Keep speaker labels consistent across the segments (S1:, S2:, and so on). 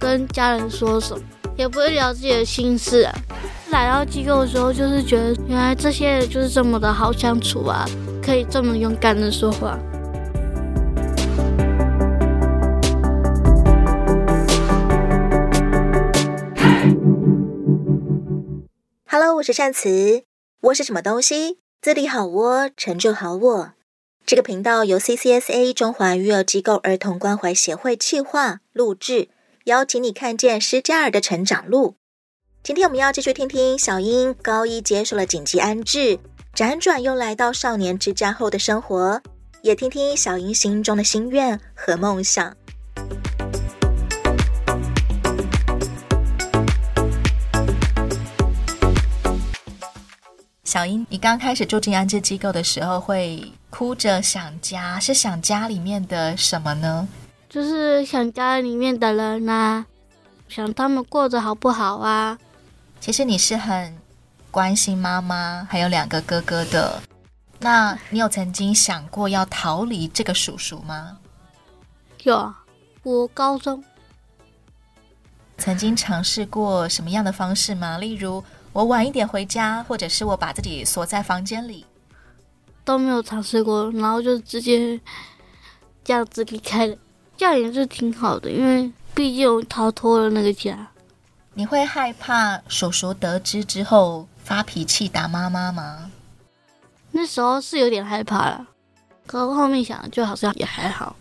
S1: 跟家人说什么，也不会聊自己的心事啊。来到机构的时候，就是觉得原来这些人就是这么的好相处啊，可以这么勇敢的说话。
S2: Hello，我是善慈。窝是什么东西？自立好窝，成就好我。这个频道由 CCSA 中华育儿机构儿童关怀协会企划录制，邀请你看见施加尔的成长路。今天我们要继续听听小英高一接受了紧急安置，辗转又来到少年之家后的生活，也听听小英心中的心愿和梦想。
S3: 小英，你刚开始住进安置机构的时候，会哭着想家，是想家里面的什么呢？
S1: 就是想家里面的人啊，想他们过得好不好啊。
S3: 其实你是很关心妈妈还有两个哥哥的。那你有曾经想过要逃离这个叔叔吗？
S1: 有啊，我高中
S3: 曾经尝试过什么样的方式吗？例如我晚一点回家，或者是我把自己锁在房间里。
S1: 都没有尝试过，然后就直接这样子离开了，这样也是挺好的，因为毕竟我逃脱了那个家。
S3: 你会害怕叔叔得知之后发脾气打妈妈吗？
S1: 那时候是有点害怕了，可后面想就好像也还好。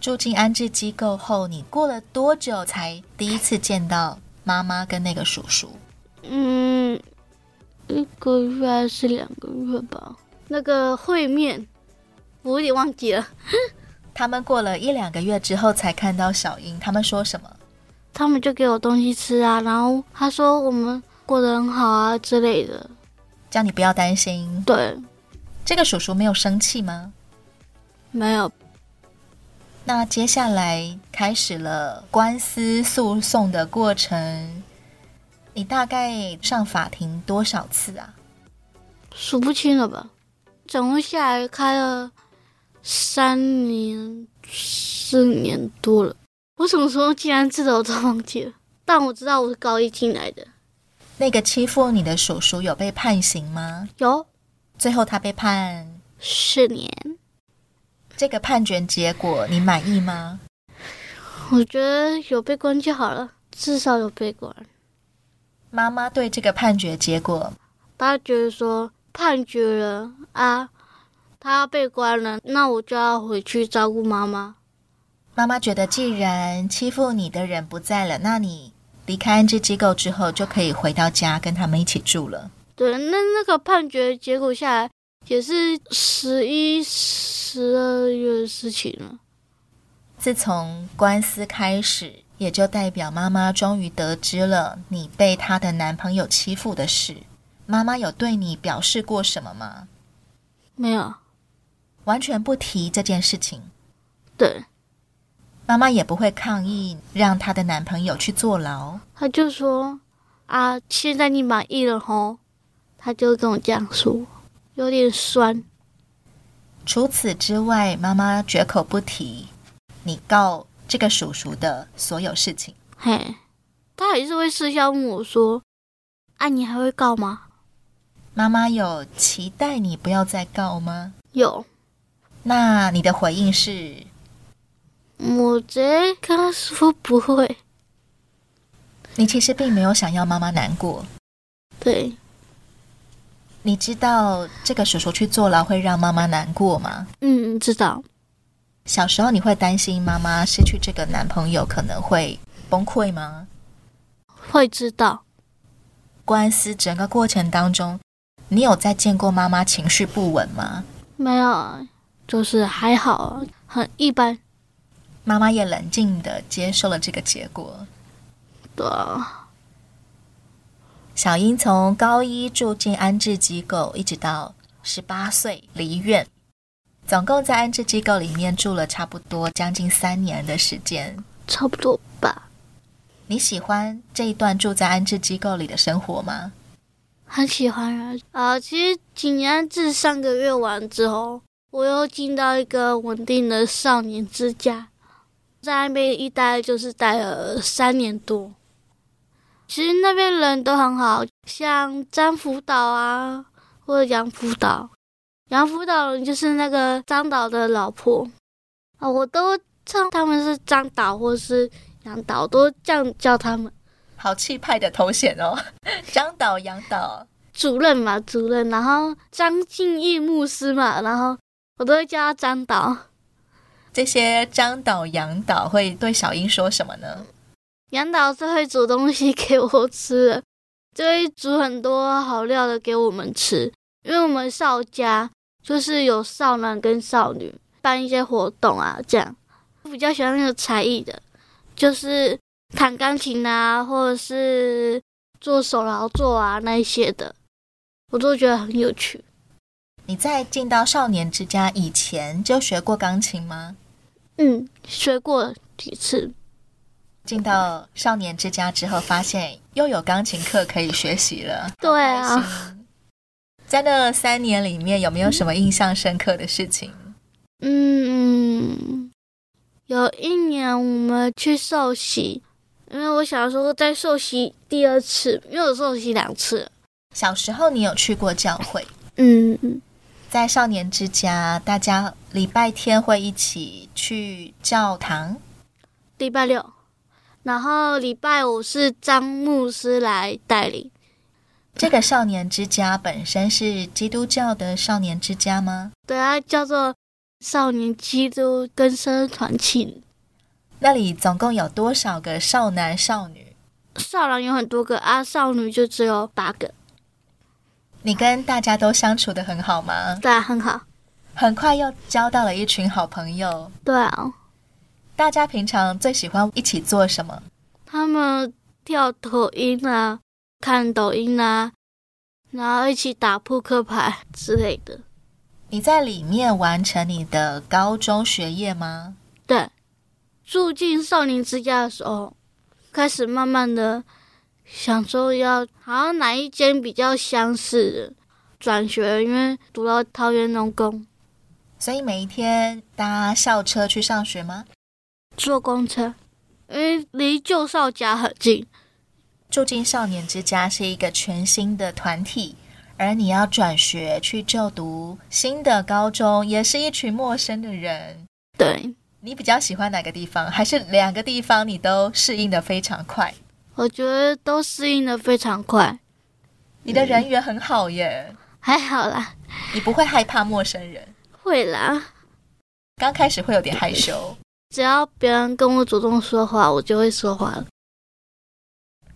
S3: 住进安置机构后，你过了多久才第一次见到妈妈跟那个叔叔？
S1: 嗯，一个月还是两个月吧。那个会面，我有点忘记了。
S3: 他们过了一两个月之后才看到小英，他们说什么？
S1: 他们就给我东西吃啊，然后他说我们过得很好啊之类的。
S3: 叫你不要担心。
S1: 对，
S3: 这个叔叔没有生气吗？
S1: 没有，
S3: 那接下来开始了官司诉讼的过程，你大概上法庭多少次啊？
S1: 数不清了吧？总共下来开了三年、四年多了。我什么时候进安置的我都忘记了，但我知道我是高一进来的。
S3: 那个欺负你的叔叔有被判刑吗？
S1: 有
S3: 最后他被判，
S1: 四年，
S3: 这个判决结果你满意吗？
S1: 我觉得有被关就好了，至少有被关。
S3: 妈妈对这个判决结果，
S1: 他觉得说判决了啊，他要被关了，那我就要回去照顾妈妈。
S3: 妈妈觉得既然欺负你的人不在了，那你离开安置机构之后就可以回到家跟他们一起住了。
S1: 对，那那个判决结果下来也是十一、十二月的事情了。
S3: 自从官司开始，也就代表妈妈终于得知了你被她的男朋友欺负的事。妈妈有对你表示过什么吗？
S1: 没有，
S3: 完全不提这件事情，
S1: 对，
S3: 妈妈也不会抗议让她的男朋友去坐牢。
S1: 他就说啊，现在你满意了吼，他就跟我这样说，有点酸。
S3: 除此之外，妈妈绝口不提你告这个叔叔的所有事情。
S1: 嘿，他还是会私下问我说：“啊，你还会告吗
S3: 妈妈有期待你不要再告吗？？”
S1: 有，
S3: 那你的回应是
S1: 我直接跟他说不会。
S3: 你其实并没有想要妈妈难过。
S1: 对，
S3: 你知道这个叔叔去坐牢会让妈妈难过吗？
S1: 嗯，知道。
S3: 小时候你会担心妈妈失去这个男朋友可能会崩溃吗？
S1: 会知道，
S3: 官司整个过程当中，你有在见过妈妈情绪不稳吗？
S1: 没有，就是还好，很一般
S3: 妈妈也冷静的接受了这个结果。
S1: 的。
S3: 小英从高一住进安置机构，一直到十八岁离院，总共在安置机构里面住了差不多将近三年的时间。
S1: 差不多吧，
S3: 你喜欢这一段住在安置机构里的生活吗？
S1: 很喜欢啊。啊、其实几年至上个月完之后，我又进到一个稳定的少年之家，在那边一待就是待了三年多。其实那边人都很好，像张福岛啊，或者杨福岛。杨福岛就是那个张导的老婆啊，我都称他们是张导或是杨导，都这样叫他们
S3: 好气派的头衔哦， 张导、杨导，
S1: 主任嘛，主任。然后张敬义牧师嘛，然后我都会叫他张导。
S3: 这些张导、杨导会对小英说什么呢？
S1: 杨导是会煮东西给我吃的，就会煮很多好料的给我们吃。因为我们少家就是有少男跟少女办一些活动啊，这样我比较喜欢那个才艺的，就是弹钢琴啊，或者是做手劳作啊那一些的，我都觉得很有趣。
S3: 你在进到少年之家以前就学过钢琴吗？
S1: 嗯，学过几次，
S3: 进到少年之家之后，发现又有钢琴课可以学习了。
S1: 对啊
S3: 好开心，在那三年里面，有没有什么印象深刻的事情？
S1: 嗯，有一年我们去受洗，因为我想说再受洗第二次，因为我受洗两次了，
S3: 小时候你有去过教会，
S1: 嗯嗯。
S3: 在少年之家，大家礼拜天会一起去教堂。
S1: 礼拜六，然后礼拜五是张牧师来带领。
S3: 这个少年之家本身是基督教的少年之家吗？
S1: 对啊，叫做少年基督根生团契。
S3: 那里总共有多少个少男少女？
S1: 少男有很多个啊，少女就只有八个，
S3: 你跟大家都相处的很好吗？
S1: 对啊，很好。
S3: 很快又交到了一群好朋友。
S1: 对啊，
S3: 大家平常最喜欢一起做什么？
S1: 他们跳抖音啊，看抖音啊，然后一起打扑克牌之类的。
S3: 你在里面完成你的高中学业吗？
S1: 对，住进少林之家的时候，开始慢慢的想说要好像哪一间比较相似，转学，因为读到桃园农工，
S3: 所以每一天搭校车去上学吗？
S1: 坐公车，因为离旧少家很近。
S3: 住进少年之家是一个全新的团体，而你要转学去就读新的高中，也是一群陌生的人。
S1: 对，
S3: 你比较喜欢哪个地方？还是两个地方你都适应的非常快？
S1: 我觉得都适应的非常快，
S3: 你的人缘很好耶，
S1: 还好啦，
S3: 你不会害怕陌生人。
S1: 会啦，
S3: 刚开始会有点害羞。
S1: 只要别人跟我主动说话，我就会说话了。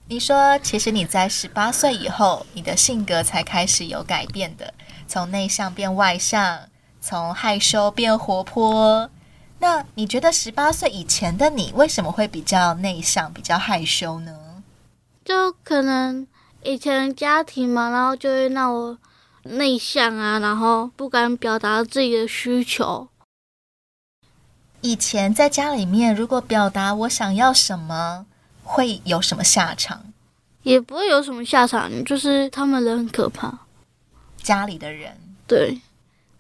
S3: 你说，其实你在十八岁以后，你的性格才开始有改变的，从内向变外向，从害羞变活泼。那你觉得十八岁以前的你为什么会比较内向、比较害羞呢？
S1: 就可能以前家庭嘛，然后就会让我内向啊，然后不敢表达自己的需求。
S3: 以前在家里面，如果表达我想要什么，会有什么下场？
S1: 也不会有什么下场，就是他们人很可怕。
S3: 家里的人
S1: 对，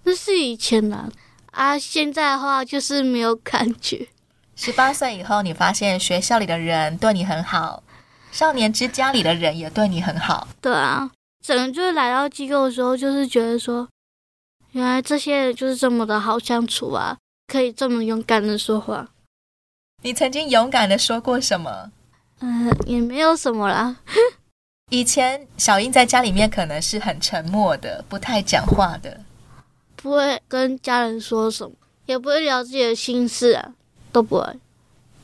S1: 那是以前啦、啊，现在的话就是没有感觉。
S3: 十八岁以后，你发现学校里的人对你很好，少年之家里的人也对你很好。
S1: 对啊，整个就是来到机构的时候，就是觉得说，原来这些人就是这么的好相处啊，可以这么勇敢的说话。
S3: 你曾经勇敢的说过什么？
S1: 嗯、也没有什么啦。
S3: 以前小英在家里面可能是很沉默的，不太讲话的。
S1: 不会跟家人说什么，也不会聊自己的心事啊，都不会，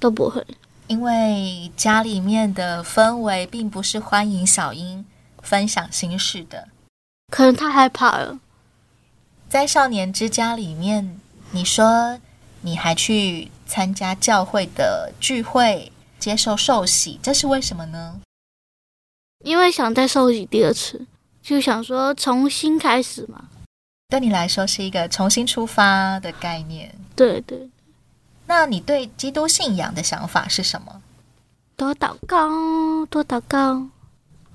S1: 都不会。
S3: 因为家里面的氛围并不是欢迎小英分享心事的。
S1: 可能太害怕了。
S3: 在少年之家里面，你说你还去参加教会的聚会，接受受洗，这是为什么呢？
S1: 因为想再受洗第二次，就想说重新开始嘛。
S3: 对你来说是一个重新出发的概念。
S1: 对对，
S3: 那你对基督信仰的想法是什么？
S1: 多祷告，多祷告。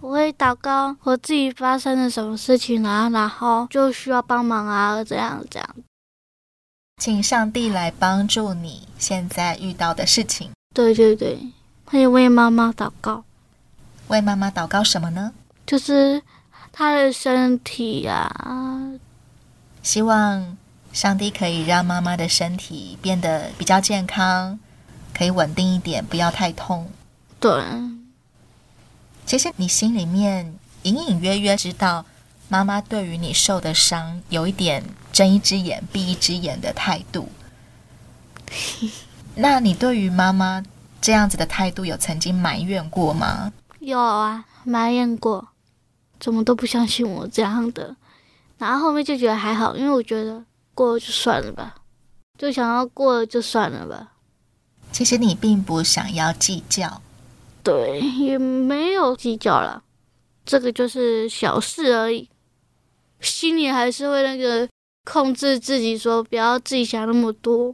S1: 我会祷告我自己发生了什么事情啊，然后就需要帮忙啊，这样这样。
S3: 请上帝来帮助你现在遇到的事情。
S1: 对对对，可以为妈妈祷告，
S3: 为妈妈祷告什么呢？
S1: 就是她的身体啊，
S3: 希望上帝可以让妈妈的身体变得比较健康，可以稳定一点，不要太痛。
S1: 对，
S3: 其实你心里面隐隐约约知道，妈妈对于你受的伤有一点睁一只眼闭一只眼的态度。那你对于妈妈这样子的态度，有曾经埋怨过吗？
S1: 有啊，埋怨过，怎么都不相信我这样的。然后后面就觉得还好，因为我觉得过了就算了吧，就想要过了就算了吧。
S3: 其实你并不想要计较，
S1: 对，也没有计较了，这个就是小事而已。心里还是会那个控制自己说不要自己想那么多。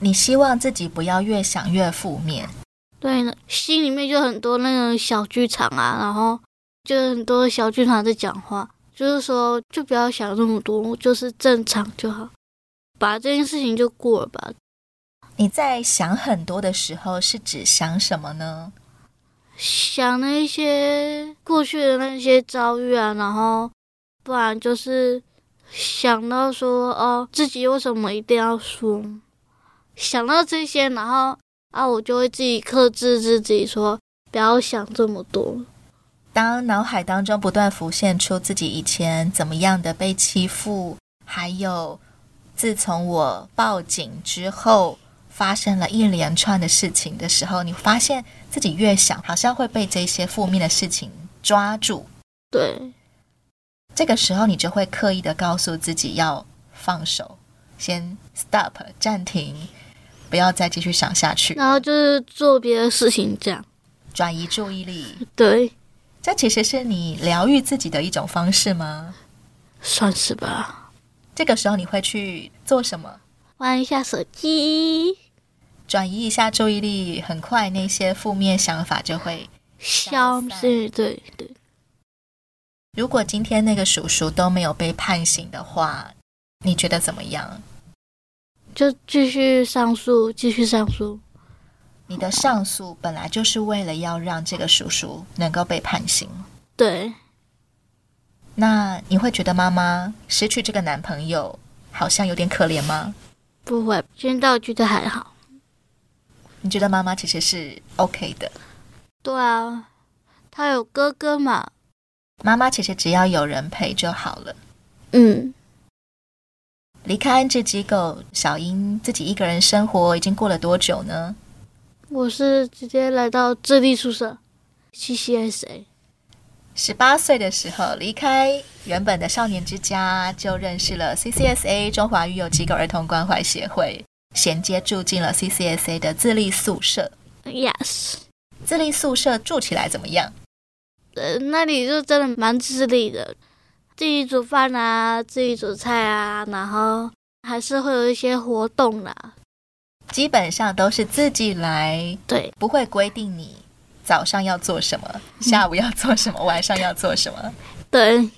S3: 你希望自己不要越想越负面。
S1: 对呢，心里面就很多那种小剧场啊，然后就很多小剧场在讲话，就是说就不要想那么多，就是正常就好，把这件事情就过了吧。
S3: 你在想很多的时候，是指想什么呢？
S1: 想那些过去的那些遭遇啊，然后不然就是想到说哦，自己为什么一定要输？想到这些，然后啊，我就会自己克制自己说不要想这么多。
S3: 当脑海当中不断浮现出自己以前怎么样的被欺负，还有自从我报警之后发生了一连串的事情的时候，你发现自己越想，好像会被这些负面的事情抓住。
S1: 对
S3: 这个时候，你就会刻意的告诉自己要放手，先 stop 暂停，不要再继续想下去，
S1: 然后就是做别的事情这样。
S3: 转移注意力。
S1: 对，
S3: 这其实是你疗愈自己的一种方式吗？
S1: 算是吧。
S3: 这个时候你会去做什么？
S1: 玩一下手机，
S3: 转移一下注意力，很快那些负面想法就会。
S1: 消
S3: 散
S1: 对对对，
S3: 如果今天那个叔叔都没有被判刑的话，你觉得怎么样？
S1: 就继续上诉，继续上诉。
S3: 你的上诉本来就是为了要让这个叔叔能够被判刑。
S1: 对，
S3: 那你会觉得妈妈失去这个男朋友好像有点可怜吗？
S1: 不会，今天到觉得还好。
S3: 你觉得妈妈其实是 OK 的？
S1: 对啊，他有哥哥嘛。
S3: 妈妈其实只要有人陪就好了。
S1: 嗯，
S3: 离开安置机构，小英自己一个人生活已经过了多久呢？
S1: 我是直接来到智力宿舍，CCSA。
S3: 十八岁的时候离开原本的少年之家，就认识了 CCSA 中华育幼机构儿童关怀协会，衔接住进了 CCSA 的自立宿舍。
S1: Yes，
S3: 自立宿舍住起来怎么样？
S1: 呃，那里就真的蛮自立的，自己煮饭啊，自己煮菜啊，然后还是会有一些活动啊啦、
S3: 基本上都是自己来，
S1: 对，
S3: 不会规定你早上要做什么，下午要做什么，晚上要做什么。
S1: 对，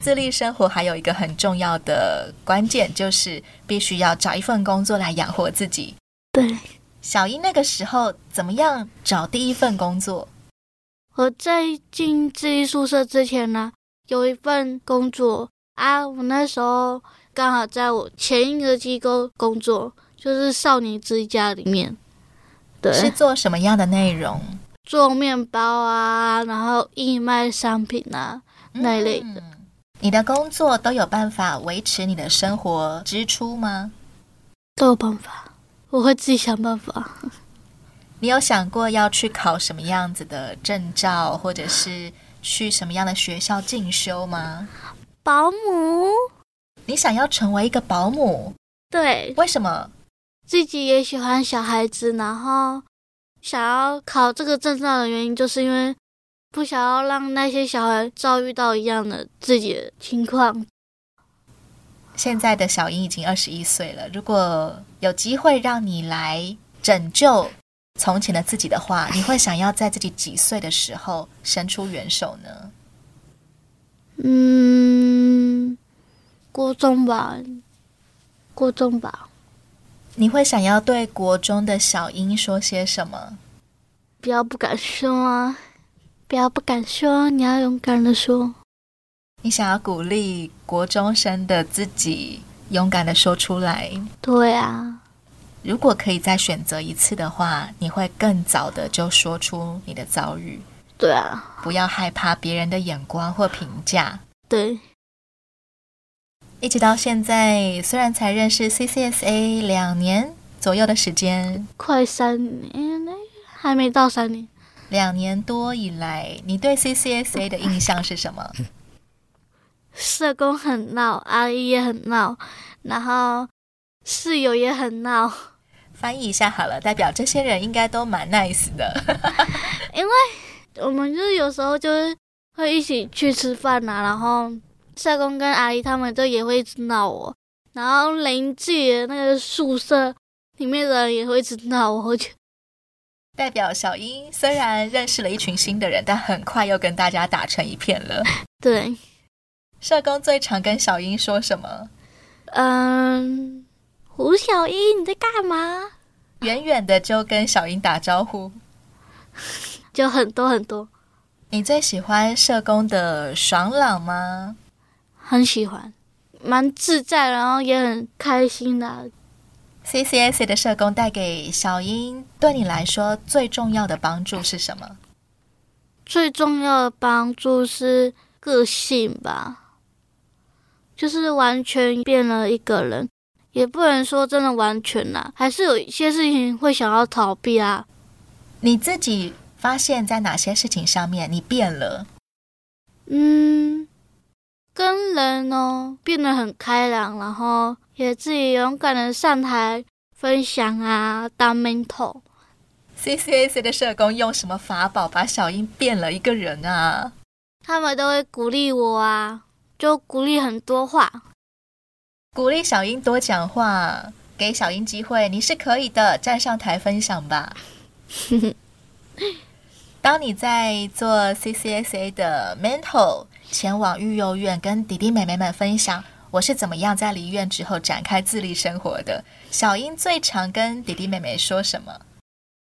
S3: 自立生活还有一个很重要的关键，就是必须要找一份工作来养活自己。
S1: 对。
S3: 小英那个时候怎么样找第一份工作？
S1: 我在进自己宿舍之前呢，有一份工作啊，我那时候刚好在我前一个机构工作，就是少年之家里面，
S3: 是
S1: 对，
S3: 做什么样的内容？
S1: 做面包啊，然后义卖商品啊那一类的。
S3: 嗯你的工作都有办法维持你的生活支出吗？
S1: 都有办法，我会自己想办法。
S3: 你有想过要去考什么样子的证照，或者是去什么样的学校进修吗？
S1: 保姆，
S3: 你想要成为一个保姆，
S1: 对
S3: 为什么？
S1: 自己也喜欢小孩子，然后想要考这个证照的原因，就是因为不想要让那些小孩遭遇到一样的自己的情况。
S3: 现在的小英已经二十一岁了，如果有机会让你来拯救从前的自己的话，你会想要在自己几岁的时候伸出援手呢？
S1: 嗯，国中吧，国中吧，
S3: 你会想要对国中的小英说些什么？
S1: 不要不敢说啊，不要不敢说，你要勇敢的说。
S3: 你想要鼓励国中生的自己勇敢的说出来。
S1: 对啊，
S3: 如果可以再选择一次的话，你会更早的就说出你的遭遇，
S1: 对啊，
S3: 不要害怕别人的眼光或评价。
S1: 对，
S3: 一直到现在，虽然才认识 CCSA 两年左右的时间，
S1: 快三年嘞，哎还没到三年，
S3: 两年多以来，你对 CCSA 的印象是什么？
S1: 社工很闹，阿姨也很闹，然后室友也很闹，
S3: 翻译一下好了，代表这些人应该都蛮 nice 的。
S1: 我们就是有时候就是会一起去吃饭呐、然后社工跟阿姨他们就也会一直闹我，然后邻居的那个宿舍里面的人也会一直闹我，我觉得
S3: 代表小英虽然认识了一群新的人，但很快又跟大家打成一片了。
S1: 对，
S3: 社工最常跟小英说什么？
S1: 嗯，胡小一你在干嘛？
S3: 远远的就跟小英打招呼。
S1: 就很多很多，
S3: 你最喜欢社工的爽朗吗？
S1: 很喜欢，蛮自在，然后也很开心的啊、
S3: CCS 的社工带给小英，对你来说最重要的帮助是什么？
S1: 最重要的帮助是个性吧，就是完全变了一个人，也不能说真的完全啦、还是有一些事情会想要逃避啊。
S3: 你自己发现，在哪些事情上面你变了？
S1: 嗯，跟人哦变得很开朗，然后也自己勇敢的上台分享啊，当 mentor。
S3: CCAC 的社工用什么法宝把小英变了一个人啊？
S1: 他们都会鼓励我啊，就鼓励很多话。
S3: 鼓励小英多讲话，给小英机会，你是可以的，站上台分享吧。当你在做 CCSA 的 mentor，前往育幼院跟弟弟妹妹们分享我是怎么样在离院之后展开自立生活的，小英最常跟弟弟妹妹说什么？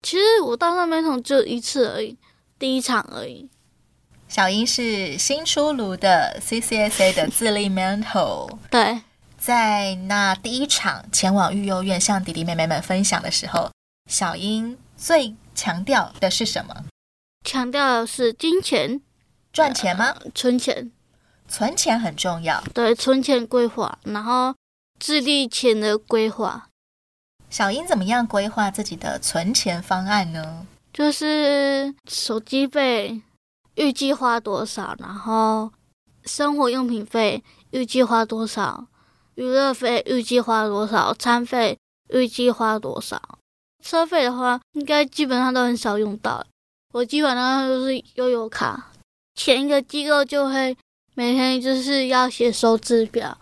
S1: 其实我当上 mentor 就一次而已，第一场而已。
S3: 小英是新出炉的 CCSA 的自立 mentor，
S1: 对，
S3: 在那第一场前往育幼院向弟弟妹妹们分享的时候，小英最强调的是什么？
S1: 强调的是金钱、
S3: 赚钱吗？
S1: 存钱，
S3: 存钱很重要。
S1: 对，存钱规划，然后自立钱的规划，
S3: 小英怎么样规划自己的存钱方案呢？
S1: 就是手机费预计花多少，然后生活用品费预计花多少，娱乐费预计花多少，餐费预计花多少。车费的话，应该基本上都很少用到。我基本上都是悠游卡，前一个机构就会每天就是要写收支表，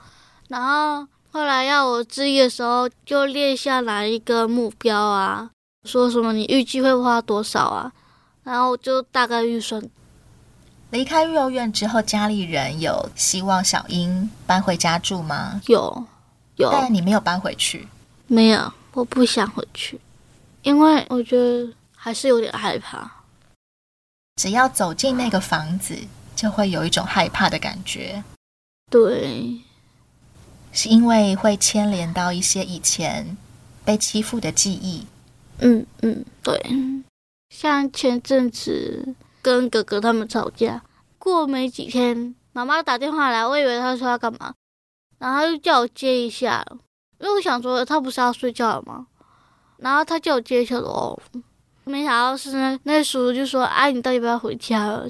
S1: 然后后来要我自己的时候，就列下来一个目标啊，说什么你预计会花多少啊，然后我就大概预算。
S3: 离开育幼院之后，家里人有希望小英搬回家住吗？
S1: 有，有
S3: 但你没有搬回去。
S1: 没有？我不想回去，因为我觉得还是有点害怕。
S3: 只要走进那个房子，就会有一种害怕的感觉，
S1: 对，
S3: 是因为会牵连到一些以前被欺负的记忆。
S1: 嗯嗯，对。像前阵子跟哥哥他们吵架，过没几天，妈妈打电话来，我以为她说要干嘛，然后她就叫我接一下，因为我想说她不是要睡觉了吗？然后她叫我接一下了哦，没想到是那那叔叔就说：“哎、你到底要不要回家了？”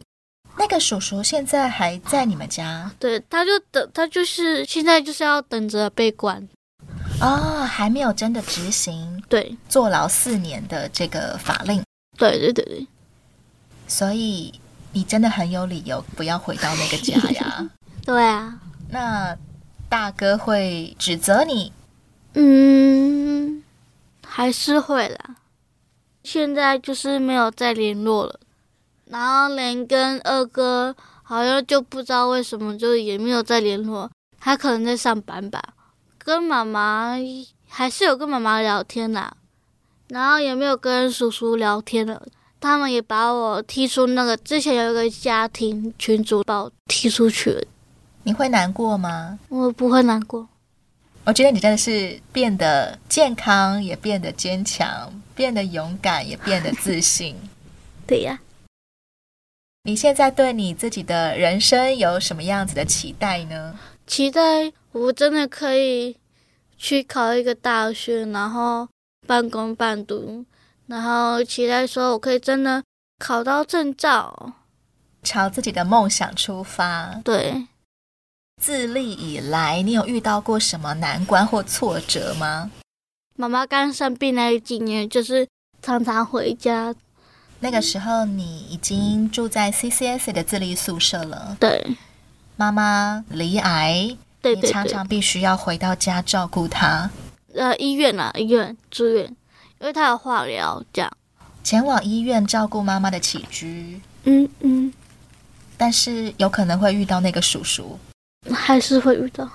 S3: 那个叔叔现在还在你们家
S1: 对，他就等，他就是现在就是要等着被关。
S3: 哦，还没有真的执行
S1: 对，
S3: 坐牢四年的这个法令。
S1: 对对对对，
S3: 所以你真的很有理由不要回到那个家呀。
S1: 对啊，
S3: 那大哥会指责你，
S1: 嗯，还是会啦。现在就是没有再联络了，然后连跟二哥好像就不知道为什么就也没有再联络，他可能在上班吧，跟妈妈还是有跟妈妈聊天啦、然后也没有跟叔叔聊天了。他们也把我踢出那个之前有一个家庭群组，把我踢出去了。
S3: 你会难过吗？
S1: 我不会难过，
S3: 我觉得你真的是变得健康，也变得坚强，变得勇敢，也变得自信。
S1: 对呀、
S3: 你现在对你自己的人生有什么样子的期待呢？
S1: 期待我真的可以去考一个大学，然后半工半读，然后期待说我可以真的考到证照。
S3: 朝自己的梦想出发。
S1: 对，
S3: 自立以来，你有遇到过什么难关或挫折吗？
S1: 妈妈刚生病那几年，就是常常回家。
S3: 那个时候你已经住在 CCS 的自立宿舍了，
S1: 对，
S3: 妈妈罹癌，
S1: 对
S3: 你
S1: 对
S3: 常
S1: 对，
S3: 常必须要回到家照顾她。
S1: 呃，医院啊，医院住院，因为她有化疗，这样。
S3: 前往医院照顾妈妈的起居，
S1: 嗯嗯，
S3: 但是有可能会遇到那个叔叔，
S1: 还是会遇到。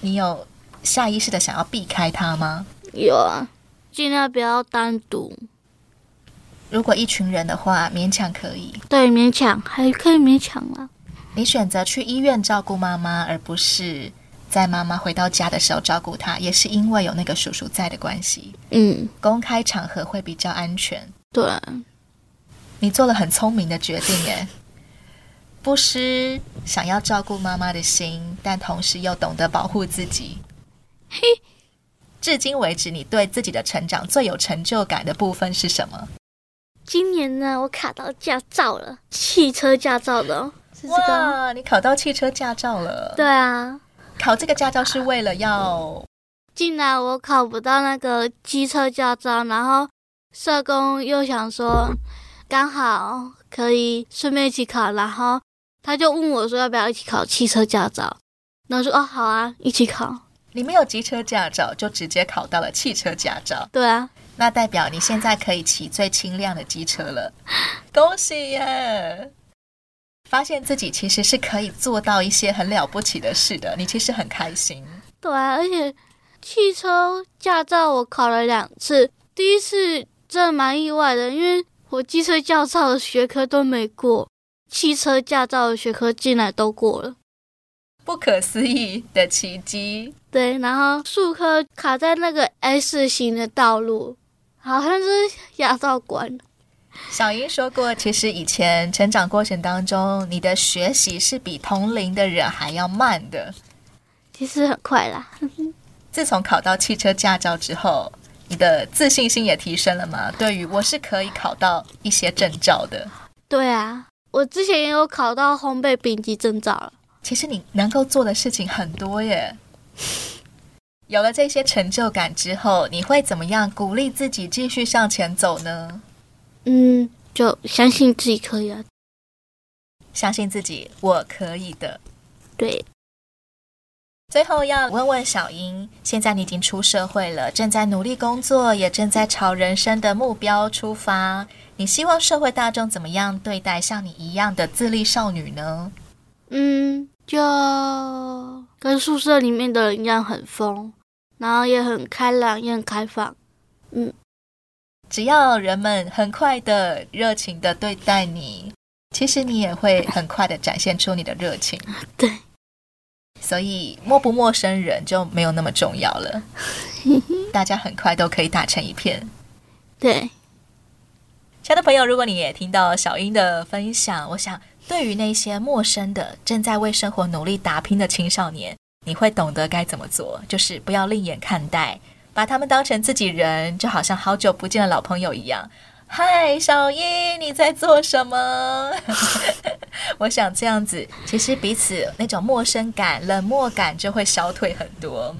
S3: 你有下意识的想要避开他吗？
S1: 有啊，尽量不要单独，
S3: 如果一群人的话，勉强可以。
S1: 对，勉强还可以勉强啦。
S3: 你选择去医院照顾妈妈，而不是在妈妈回到家的时候照顾她，也是因为有那个叔叔在的关系。
S1: 嗯，
S3: 公开场合会比较安全。
S1: 对，
S3: 你做了很聪明的决定，耶， 不失想要照顾妈妈的心，但同时又懂得保护自己。至今为止，你对自己的成长最有成就感的部分是什么？
S1: 今年呢，我考到驾照了，汽车驾照的哦，是这个。
S3: 哇，你考到汽车驾照了！
S1: 对，啊，
S3: 考这个驾照是为了要
S1: 进来我考不到那个机车驾照，然后社工又想说，刚好可以顺便一起考，然后他就问我说要不要一起考汽车驾照，然后我说哦好啊，一起考。
S3: 你没有机车驾照，就直接考到了汽车驾照，
S1: 对啊，
S3: 那代表你现在可以骑最轻量的机车了，恭喜耶！发现自己其实是可以做到一些很了不起的事的，你其实很开心。
S1: 对啊，而且汽车驾照我考了两次，第一次真的蛮意外的，因为我机车驾照的学科都没过，汽车驾照的学科进来都过了。
S3: 不可思议的奇迹，
S1: 对，然后数科卡在那个 S 型的道路，好像是压到关。
S3: 小英说过，其实以前成长过程当中，你的学习是比同龄的人还要慢的。
S1: 其实很快啦，
S3: 自从考到汽车驾照之后，你的自信心也提升了吗？对于我是可以考到一些证照的。
S1: 对啊，我之前也有考到烘焙丙级证照了。
S3: 其实你能够做的事情很多耶。有了这些成就感之后，你会怎么样鼓励自己继续向前走呢？
S1: 嗯，就相信自己可以啊。
S3: 相信自己，我可以的。
S1: 对，
S3: 最后要问问小英，现在你已经出社会了，正在努力工作，也正在朝人生的目标出发。你希望社会大众怎么样对待像你一样的自立少女呢？
S1: 嗯，就跟宿舍里面的人一样很疯，然后也很开朗，也很开放。
S3: 只要人们很快的、热情的对待你，其实你也会很快的展现出你的热情。
S1: 对，
S3: 所以陌不陌生人就没有那么重要了，大家很快都可以打成一片。
S1: 对，
S3: 亲爱的朋友，如果你也听到小英的分享，我想对于那些陌生的、正在为生活努力打拼的青少年，你会懂得该怎么做，就是不要另眼看待，把他们当成自己人，就好像好久不见的老朋友一样。嗨，小英，你在做什么？ 我想这样子，其实彼此那种陌生感、冷漠感就会消退很多。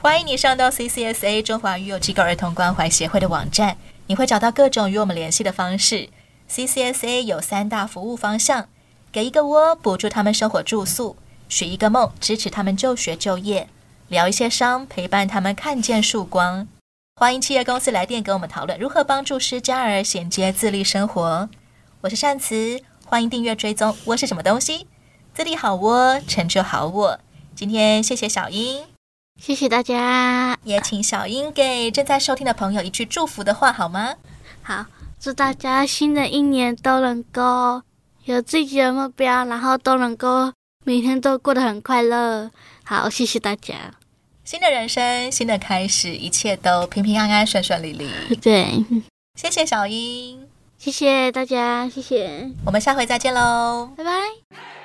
S3: 欢迎你上到 CCSA 中华育幼机构儿童关怀协会的网站，你会找到各种与我们联系的方式。CCSA 有三大服务方向：给一个窝，补助他们生活住宿；许一个梦，支持他们就学就业；疗一些伤，陪伴他们看见曙光。欢迎企业公司来电跟我们讨论如何帮助失家儿衔接自立生活。我是善慈，欢迎订阅追踪窝是什么东西，自立好窝，成就好我。今天谢谢小英。
S1: 谢谢大家。
S3: 也请小英给正在收听的朋友一句祝福的话好吗？
S1: 好，祝大家新的一年都能够有自己的目标，然后都能够每天都过得很快乐。好，谢谢大家。
S3: 新的人生，新的开始，一切都平平安安、顺顺利利。
S1: 对，
S3: 谢谢小英，
S1: 谢谢大家，谢谢，
S3: 我们下回再见喽。
S1: 拜拜。